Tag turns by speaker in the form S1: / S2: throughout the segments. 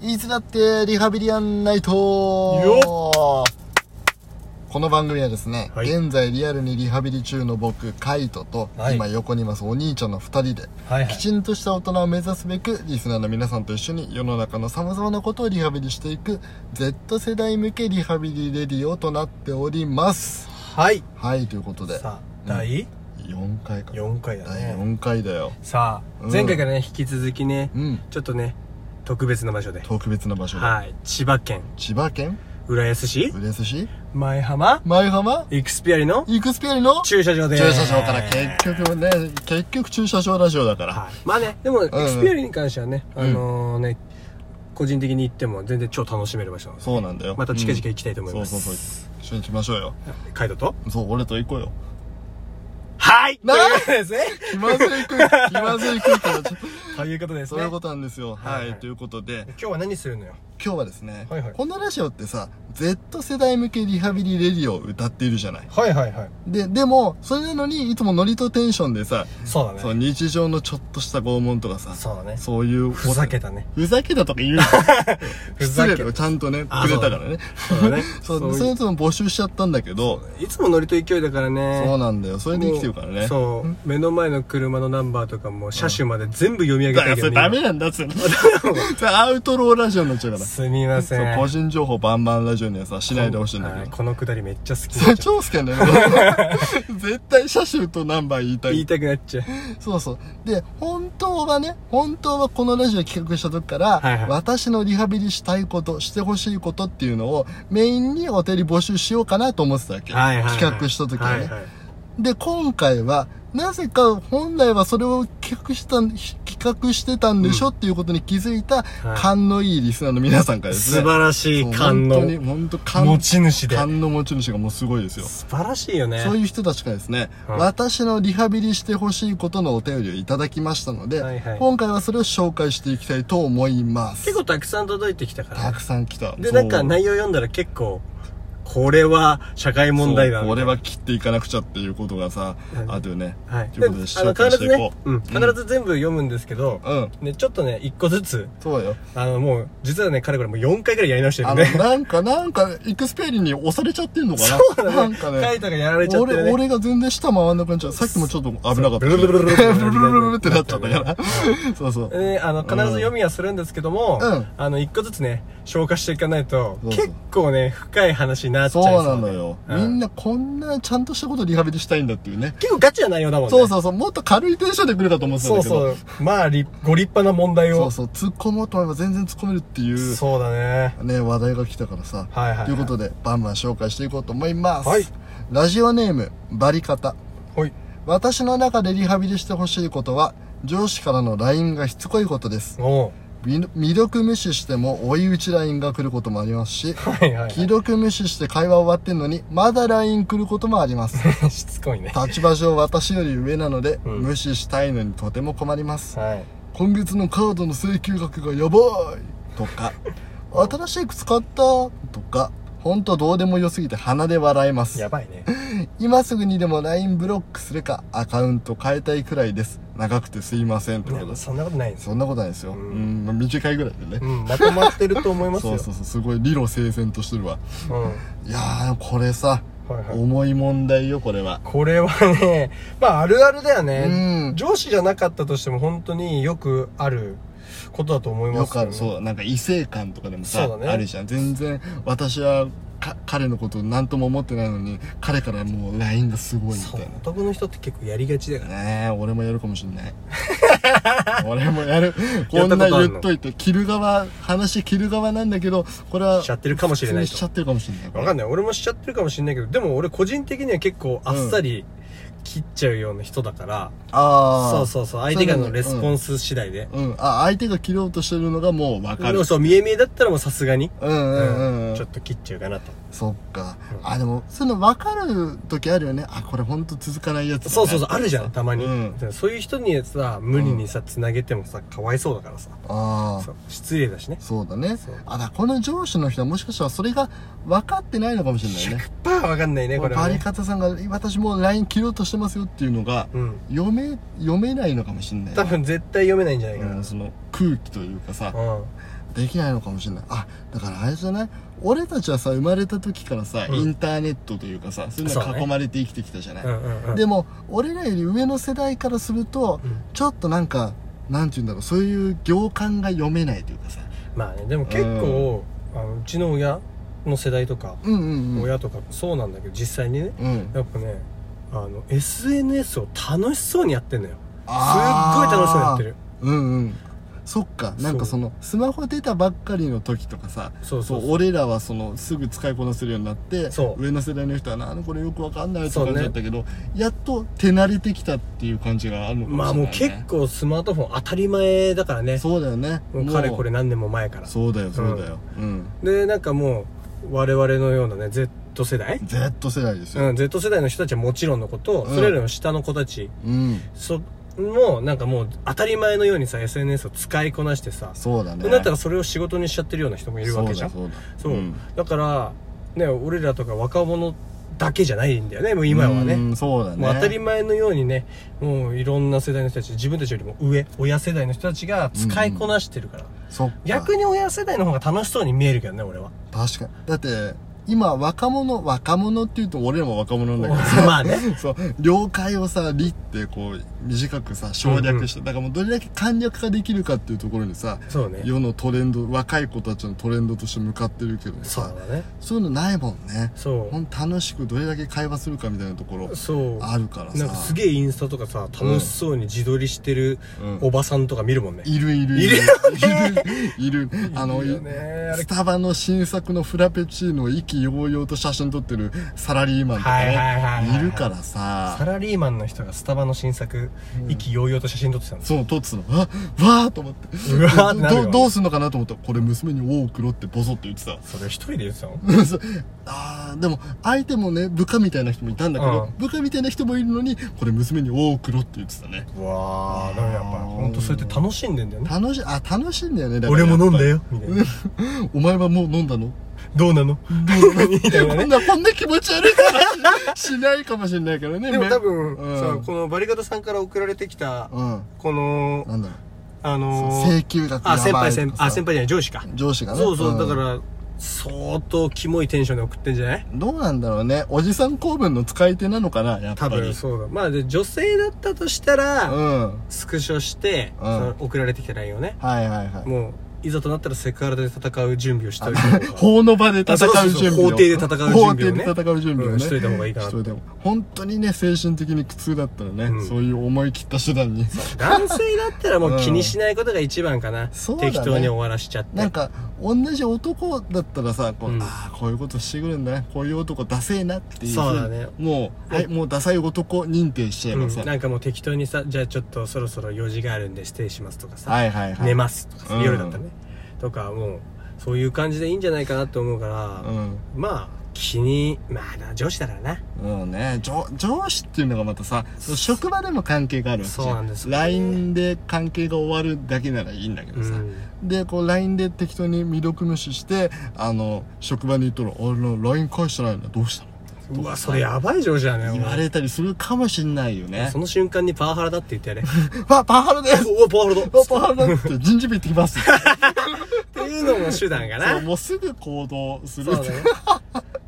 S1: いつだってリハビリアンナイト
S2: よ
S1: この番組はですね、
S2: はい
S1: 現在リアルにリハビリ中の僕カイトと、
S2: はい
S1: 今横にいますお兄ちゃんの2人で、
S2: はいは
S1: き
S2: い
S1: ちんとした大人を目指すべくリスナーの皆さんと一緒に世の中のさまざまなことをリハビリしていく Z 世代向けリハビリレディオとなっております
S2: はい
S1: はいということで
S2: さあ
S1: うん
S2: 第
S1: 4回か
S2: 4回だ
S1: 第
S2: ね
S1: 4回だよ
S2: さあ
S1: うん
S2: 前回からね引き続きね
S1: うん
S2: ちょっとね特別な場所で
S1: 特別な場所で、
S2: はい千葉県
S1: 千葉県
S2: 浦安市
S1: 浦安市
S2: 前浜
S1: 舞浜
S2: イクスピアリの
S1: イクスピアリの
S2: 駐車場で
S1: 駐車場から結局ね結局駐車場ラジオだから、
S2: はいまあねでもイクスピアリに関してはねあのね個人的に行っても全然超楽しめる場所なんです
S1: そうなんだよ
S2: また近々行きたいと
S1: うん
S2: 思い
S1: そう
S2: ま
S1: そうそう
S2: す
S1: 一緒に行きましょうよ
S2: カイトと
S1: そう俺と行こうよ
S2: はい
S1: な
S2: というこ とですね
S1: 気まずい空 気気まずい空気がちょっと
S2: ということです
S1: そう
S2: ね
S1: いう
S2: 今
S1: ことなんですよ。
S2: はい
S1: はい、ということで、
S2: 日は何するのよ
S1: 今日はですね、
S2: はいはい
S1: このラジオってさ、Z 世代向けリハビリレディオを歌っているじゃない。
S2: はいはいはい
S1: で、でも、それなのに、いつもノリとテンションでさ、
S2: そうだね
S1: そう日常のちょっとした拷問とかさ、
S2: そうだね
S1: そういう、
S2: ふざけたね
S1: ふざけたとか言うの
S2: ふ
S1: 失
S2: ざ
S1: 礼だ
S2: けた
S1: よ、ちゃんとね、
S2: あ
S1: くれたからね。
S2: そうだね
S1: そう、
S2: そういう
S1: そういうのも募集しちゃったんだけど、
S2: いつもノリと勢いだからね
S1: そうなんだよ。それで生きてるから
S2: もう
S1: ね。
S2: そう目の前の車のナンバーとかも車種まで全部読み上げ
S1: だか
S2: たい
S1: ら
S2: け
S1: そ
S2: ど
S1: れ
S2: ね
S1: ダメなんだっ つうの。それアウトローラジオになっちゃうから。
S2: すみませ
S1: そ
S2: ん
S1: う個人情報バンバンラジオにはさ、しないでほしいんだけ
S2: は
S1: ど
S2: い。このくだりめっちゃ好きに
S1: そ
S2: な
S1: れ
S2: っちゃう
S1: 超好きなんだよ 絶対車種とナンバー言いたい
S2: 言いたくなっちゃう
S1: そうそうで本当はね本当はこのラジオ企画した時から、
S2: はいはい
S1: 私のリハビリしたいことしてほしいことっていうのをメインにお手に募集しようかなと思ってたわけ、
S2: はいはいはい
S1: 企画した時はね、
S2: はいはい
S1: で今回はなぜか本来はそれを企画したん企画してたんでしょ、っていうことに気づいた
S2: はい
S1: 勘のいいリスナーの皆さんからですね
S2: 素晴らしい感
S1: そう
S2: の
S1: 本当に本当勘
S2: 持ち主で
S1: 勘の持ち主がもうすごいですよ
S2: 素晴らしいよね
S1: そういう人たちからですね、
S2: はい
S1: 私のリハビリしてほしいことのお便りをいただきましたので、
S2: はいはい
S1: 今回はそれを紹介していきたいと思います。
S2: 結構たくさん届いてきたから
S1: たくさん来た。
S2: で
S1: そう
S2: なんか内容読んだら結構これは社会問題だ
S1: そう
S2: み
S1: こ
S2: た
S1: れ
S2: いな
S1: は切っていかなくちゃっていうことがさ、
S2: はい
S1: あるよね。
S2: はい、
S1: ということで
S2: あの
S1: 紹介
S2: 必
S1: して
S2: ず
S1: いこう
S2: ね、うん、必ず全部読むんですけど、
S1: うん。
S2: ね、ちょっとね一個ずつ
S1: そうだよ。
S2: あのもう実はね彼これもう4回ぐらいやり直してる
S1: あ
S2: ん
S1: の、
S2: でね
S1: なんか、なんか、イクスペリに押されちゃってんのかな
S2: そうだね
S1: なんか ね。
S2: カイトがやられちゃってるね
S1: 俺、俺が全然下回んなくなっちゃう。さっきもちょっと危なかった。
S2: ブルブルブルブル
S1: ブルブルブルってなっちゃったから。そうそう。
S2: えーあの必ず読みはするんですけども、
S1: うん
S2: あの一個ずつね消化していかないと
S1: そうそう
S2: 結構ね深い話になっちゃ
S1: そ
S2: いうそう
S1: なのよ、
S2: うん
S1: みんなこんなちゃんとしたことリハビリしたいんだっていうね。
S2: 結構ガチな内容だもんね
S1: そうそうそう、もっと軽いテンションで来るかと思ってたん
S2: そ
S1: だ
S2: う
S1: けど。
S2: そうまありご立派な問題
S1: そ
S2: を
S1: うそう、突っ込もうと思えば全然突っ込めるっていう、
S2: そうだね
S1: ね、話題が来たからさ。
S2: はいはい、はい、
S1: ということで、バンバン紹介していこうと思います。
S2: はい
S1: ラジオネーム、バリカタ。
S2: はい
S1: 私の中でリハビリしてほしいことは、上司からの LINE がしつこいことです。
S2: おう
S1: み未読無視しても追い打ち LINE が来ることもありますし、
S2: はいはい、
S1: 既読無視して会話終わってんのに、まだ LINE 来ることもあります。
S2: はい、 しつこいね
S1: 立場上私より上なので、
S2: うん
S1: 無視したいのにとても困ります
S2: はい
S1: 今月のカードの請求額がやばいと か新しい靴買ったとか本当どうでも良すぎて鼻で笑えます
S2: やばいね
S1: 今すぐにでも LINE ブロックするかアカウント変えたいくらいです長くてすいませんってこと
S2: いや
S1: です
S2: そんなことないんですよ
S1: そんなことないですよ、う
S2: うん
S1: ん、短いぐらいでね
S2: う、ん、まとまってると思います
S1: そ
S2: よ。
S1: うそうそうすごい理路整然としてるわ
S2: うん。はい
S1: やーこれさ
S2: いはい。
S1: 重い問題よこれは
S2: これはね、 まああるあるだよね。
S1: うん
S2: 上司じゃなかったとしても本当によくあることだと思いま
S1: よ
S2: す
S1: く
S2: よ、
S1: あ
S2: ね。
S1: るそうなんか異性感とかでもさ、
S2: そうだね
S1: あるじゃん全然私はか彼のこと何とも思ってないのに彼からもう LINE がすごいみ
S2: そ
S1: た
S2: う
S1: いな
S2: 男の人って結構やりがちだから。
S1: ねえ俺もやるかもしんない 俺もやる
S2: や
S1: こ
S2: っ
S1: ん
S2: たこと
S1: な
S2: ある
S1: 言っ
S2: の
S1: といて切る側話切る側なんだけどこれは
S2: しちゃってるかもしれない
S1: 普通にしちゃっ
S2: と。
S1: てるかもしんない
S2: わかんない。俺もしちゃってるかもしれないけど、でも俺個人的には結構あっさり切っちゃうような人だから、
S1: ああ
S2: そうそうそう、相手からのレスポンス次第で。
S1: うん、あ相手が切ろうとしてるのがもうわか
S2: で
S1: る
S2: もそう、見え見えだったらもうさすがに、
S1: うんうんうん、うん、
S2: ちょっと切っちゃうかなと。
S1: そっか、
S2: うん
S1: あでもそういうの分かる時あるよねあこれほんと続かないやつだな
S2: そうそうそう、あるじゃん、たまに。
S1: うん
S2: そういう人にさ、無理にさ、つなげてもさ、かわいそうだからさ。
S1: ああ
S2: そう失礼だしね。
S1: そうだね
S2: そう
S1: あだこの上司の人はもしかしたらそれが分かってないのかもしれないね
S2: 100%わかんないね、これ
S1: バ
S2: は、
S1: リ
S2: ね。
S1: カタさんが私もう LINE 切ろうとしてますよっていうのが
S2: うん。
S1: 読め読めないのかもしれない
S2: 多分絶対読めないんじゃないか
S1: う
S2: な。
S1: ん、その空気というかさ、
S2: うん。
S1: できないのかもしれないあだからあれじゃない俺たちはさ生まれた時からさ、
S2: うん
S1: インターネットというかさそういう
S2: そう
S1: の
S2: ね
S1: 囲まれて生きてきたじゃない、
S2: うんうんうん
S1: でも俺らより上の世代からすると、
S2: うん
S1: ちょっとなんかなんて言うんだろうそういう行間が読めないというかさ
S2: まあねでも結構、うあのうちの親の世代とか、
S1: うんうんうん
S2: 親とかもそうなんだけど実際にね
S1: うん
S2: やっぱねあの SNS を楽しそうにやってんのよすっごい
S1: あー
S2: 楽しそうにやってる
S1: うんうんそっかなんかそのスマホ出たばっかりの時とかさ
S2: そうそう
S1: そう俺らはそのすぐ使いこなせるようになって
S2: そう
S1: 上の世代の人はなあのこれよくわかんないって
S2: そうね
S1: 感じだったけど、やっと手慣れてきたっていう感じがあるのかも
S2: まあ
S1: しれ
S2: もう
S1: ない、ね、
S2: 結構スマートフォン当たり前だからね
S1: そうだよね
S2: もうかれこれ何年も前から
S1: そうだよそうだよ、うん
S2: でなんかもう我々のようなね Z 世代、
S1: Z 世代ですよ、
S2: うん、Z 世代の人たちはもちろんのこと、
S1: うん
S2: それよりも下の子たち
S1: うん、
S2: そもうなんかもう当たり前のようにさ SNS を使いこなしてさ
S1: そうだね
S2: そうなったらそれを仕事にしちゃってるような人もいるわけじゃん
S1: そうだ
S2: そ
S1: そ
S2: う
S1: うだ
S2: だ,、
S1: ん
S2: からね俺らとか若者だけじゃないんだよねもう今はね、
S1: うんそうだね
S2: もう当たり前のようにねもういろんな世代の人たち自分たちよりも上親世代の人たちが使いこなしてるから、
S1: そっか
S2: 逆に親世代の方が楽しそうに見えるけどね俺は
S1: 確かにだって今若者若者っていうと俺らも若者なんだけど
S2: まあね
S1: そう了解をさ「理」ってこう短くさ省略して、だからもうどれだけ簡略化できるかっていうところにさ
S2: そうね
S1: 世のトレンド若い子たちのトレンドとして向かってるけど
S2: そう
S1: さ
S2: だね
S1: そういうのないもんね
S2: そ
S1: ほんと楽しくどれだけ会話するかみたいなところ
S2: うそう
S1: あるから
S2: なんか
S1: さ
S2: すげえインスタとかさ楽しそうに自撮りしてる
S1: うん
S2: おばさんとか見るもんね、
S1: いるいる
S2: いる
S1: いるいるあの
S2: いるよねあれ
S1: スタバの新作のフラペチーノを意気揚々と写真撮ってるサラリーマンとか
S2: はいはいはいはい
S1: ね
S2: は
S1: い
S2: い
S1: るから
S2: サ
S1: さ
S2: ラリーマンの人がスタバの新作、
S1: うん
S2: 意気揚々と写真撮ってたんです
S1: そう撮ってたのあわーと思って
S2: うわーってなるよ
S1: どどうすんのかなと思ったらこれ娘に「おうくろ」ってボソッと言ってた
S2: それ一人で言ってたの
S1: そうあーでも相手もね部下みたいな人もいたんだけど、
S2: うん
S1: 部下みたいな人もいるのにこれ娘に「おうくろ」って言ってたね
S2: わあだからやっぱ本当そうやって楽しんでんだよね
S1: 楽しあ楽しいんだよねだから
S2: 俺も飲んだ
S1: やっ
S2: よみたいな
S1: ぱりお前はもう飲んだの
S2: どうなのみたい
S1: こ
S2: な
S1: ん
S2: ね
S1: な、こんな気持ち悪いからしないかもしれないからね。
S2: でも多
S1: う
S2: 分
S1: ん
S2: さこのバリカタさんから送られてきた
S1: うん。
S2: この
S1: なんだろ
S2: あ
S1: う。
S2: の
S1: 請求額
S2: あ
S1: や
S2: 先
S1: ば
S2: 輩
S1: い
S2: 先
S1: とかさ
S2: あ先輩じゃない上司か
S1: 上司がね。
S2: そうそ
S1: ん
S2: うだか。ら相当キモいテンションで送ってんじゃない
S1: どうなんだろうね。おじさん公文の使い手なのかな、やっぱ
S2: 多
S1: り。
S2: 分そうだまあで女性だったとしたら
S1: うん。はい
S2: スクショして
S1: うん
S2: その送られてきた LINE をね
S1: はいはい。
S2: もういざとなったらセクハラで戦う準備をしておいた 方が
S1: 法の場で戦う準備を
S2: あそうそうそう法廷で戦う準備をね
S1: 法廷で戦う準備を
S2: うん
S1: ね。
S2: しといた方がいいかな
S1: しといた方が本当にね、精神的に苦痛だったらね、
S2: うん
S1: そういう思い切った手段に。
S2: 男性だったらもう気にしないことが一番かな、
S1: そうだね
S2: 適当に終わらしちゃって
S1: なんか同じ男だったらさこう、
S2: うん
S1: ああこういうことしてくるんだねこういう男ダセえなっていう
S2: そうだね
S1: もう、はい、もうダサい男認定しちゃい
S2: うん
S1: ます、
S2: なんかもう適当にさじゃあちょっとそろそろ用事があるんで失礼しますとかさ、
S1: はいはいはい
S2: 寝ますとかさ、
S1: うん
S2: 夜だったらねとかもうそういう感じでいいんじゃないかなと思うか
S1: う
S2: ら、
S1: ん
S2: まあ気にまあな上司だからな
S1: うんね上上司っていうのがまたさ職場でも関係があるわけじゃ
S2: そうなんですよね
S1: LINE で関係が終わるだけならいいんだけど
S2: う
S1: さ、
S2: ん
S1: でこう LINE で適当に未読無視してあの職場に言っとる「俺の LINE 返してないんだどうしたの?」
S2: うわそれやばい上司だね
S1: 言われたりするかもしんないよね
S2: その瞬間にパワハラだって言って やれ
S1: わパワハラです
S2: おおパワハラだっ
S1: わパワハラだ って人事部行ってきます
S2: ていうのも手段か
S1: そう
S2: な
S1: もうすぐ行動す
S2: そう
S1: る
S2: だね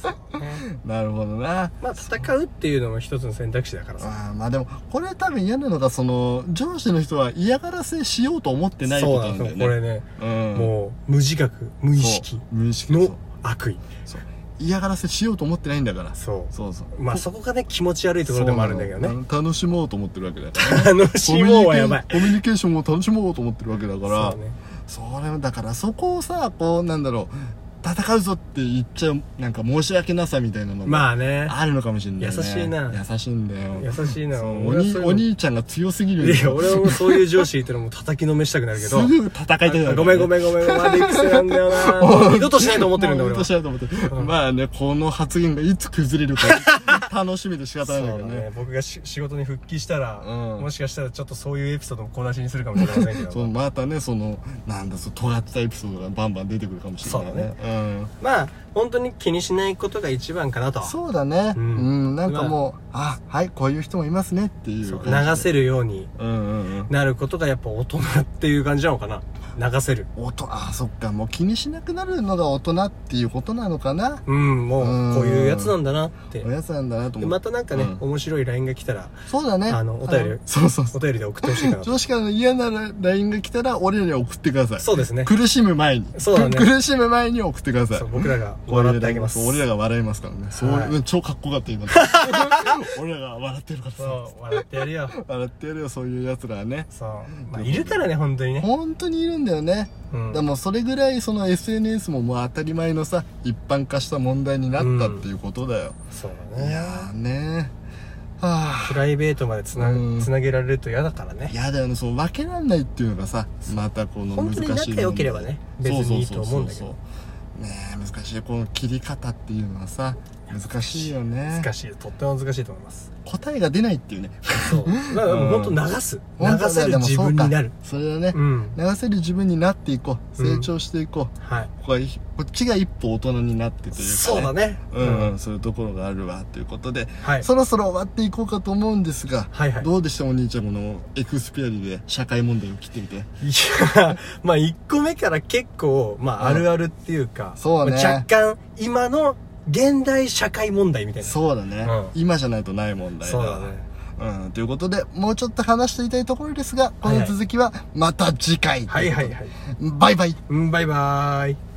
S2: そうね
S1: なるほどな
S2: まあ戦うっていうのも一つの選択肢だからさ
S1: あーまあでもこれ多分嫌なのがその上司の人は嫌がらせしようと思ってないことなんだよね
S2: そうなんですよ
S1: う
S2: これね、
S1: ん、
S2: もう無自覚無
S1: う
S2: 意
S1: 意
S2: 識
S1: 無意識そう
S2: の悪意
S1: そう嫌がらせしようと思ってないんだから
S2: そ
S1: そうそう
S2: うまあそこがね気持ち悪いところでもあるんだけど
S1: そう
S2: ね
S1: なの楽しもうと思ってるわけだから
S2: 楽 しもうはやばい
S1: コミュニケーションを楽しもうと思ってるわけだから
S2: そうね
S1: それだからそこをさこうなんだろう戦うぞって言っちゃうなんか申し訳なさみたいなのも
S2: まあね
S1: あるのかもしれない、ね、
S2: 優しいな
S1: 優しいんだよ
S2: 優しいな
S1: そうお
S2: 俺は
S1: 兄
S2: そういうの
S1: お兄ちゃんが強すぎるん
S2: い
S1: だ
S2: や俺はもうそういう上司いたらもう叩きのめしたくなるけ
S1: す
S2: ど
S1: ぐ戦いたい
S2: あごめんご
S1: ん
S2: めんごめん悪い癖なんだよ なもう二度としないと思ってるんだ俺
S1: もう落と
S2: は
S1: し
S2: そ
S1: ないと思ってる
S2: うん
S1: まあねこの発言がいつ崩れるか 楽しみで仕
S2: う
S1: 方ないんだ
S2: だ
S1: けど
S2: ね
S1: ね
S2: 僕がし仕事に復帰したら、
S1: うん
S2: もしかしたらちょっとそういうエピソードも小出しにするかもしれませんけ
S1: そ
S2: ど
S1: うまたねそのなんだそう尖ったエピソードがバンバン出てくるかもしれないねうん
S2: まあ本当に気にしないことが一番かなと
S1: そうだねう
S2: うん
S1: んなんかもうあはいこういう人もいますねっていう
S2: そう
S1: 感じで
S2: 流せるように
S1: うんうんうん
S2: なることがやっぱ大人っていう感じなのかな流せる
S1: 大人あそっかもう気にしなくなるのが大人っていうことなのかな
S2: うんも
S1: うん
S2: うこういうやつなんだなって
S1: おやつなんだなと
S2: で
S1: 思
S2: ま
S1: って
S2: たなんかね、
S1: うん
S2: 面白い LINE が来たら
S1: そうだね
S2: あのお便り
S1: あのそうそうそ
S2: お
S1: う
S2: 便りで送ってほしいかなと
S1: 上司からの嫌な LINE が来たら俺らに送ってください
S2: そうですね
S1: 苦しむ前に
S2: そうだね
S1: 苦しむ前に送ってください
S2: そう僕らが笑ってあげます
S1: 俺らが笑いますからね。そう、
S2: はい
S1: うん超かっこよかった 今の。俺らが笑ってるからさ。
S2: そう笑ってやるよ
S1: 笑ってやるよ、そういう奴らはね。
S2: そう、まあ、いるからね本当にね、
S1: 本当にいるんだよね。
S2: うん
S1: でもそれぐらいその SNS ももう当たり前のさ、一般化した問題になったっていうことだよ。
S2: そうだ
S1: い
S2: ね
S1: やーねー。は
S2: プライベートまでつな,、
S1: うん
S2: つなげられると嫌だから
S1: ぁ。
S2: ね
S1: 嫌だよね、そう、分けらんないっていうのがさ、またこの
S2: 本
S1: 難しい問
S2: 当に
S1: 題。
S2: 仲良ければね別
S1: そうそ
S2: にいい
S1: そ
S2: と思うんだけ
S1: そ
S2: ど
S1: うそうねえ難しいこの切り方っていうのはさ難しいよね
S2: 難しいとっても難しいと思います
S1: 答えが出ないっていうね
S2: そうだからもう本当流す
S1: 本当
S2: 流
S1: は
S2: せ
S1: で
S2: る
S1: も
S2: 自
S1: そう
S2: 分
S1: か
S2: になる
S1: それだね、
S2: うん
S1: 流せる自分になっていこう
S2: う
S1: 成
S2: ん
S1: 長していこう、
S2: はい
S1: ここはこっちが一歩大人になってというか、ね、
S2: そうだね
S1: うん、うん、そういうところがあるわということで、
S2: はい
S1: そろそろ終わっていこうかと思うんですが、
S2: はいはい
S1: どうでしたお兄ちゃんこのエクスペアリで社会問題を切ってみて
S2: いや、 まあ1個目から結構、まあ
S1: うん
S2: あるあるっていうか、
S1: そうね
S2: まあ若干今の現代社会問題みたいな。
S1: そうだね、
S2: う
S1: 今じゃないとない問題だ
S2: そう
S1: わ
S2: だね。
S1: うん、ということで、もうちょっと話していたいところですが、この続きはまた次回。
S2: はいはいはい。
S1: バイバイ。
S2: うん、バイバーイ。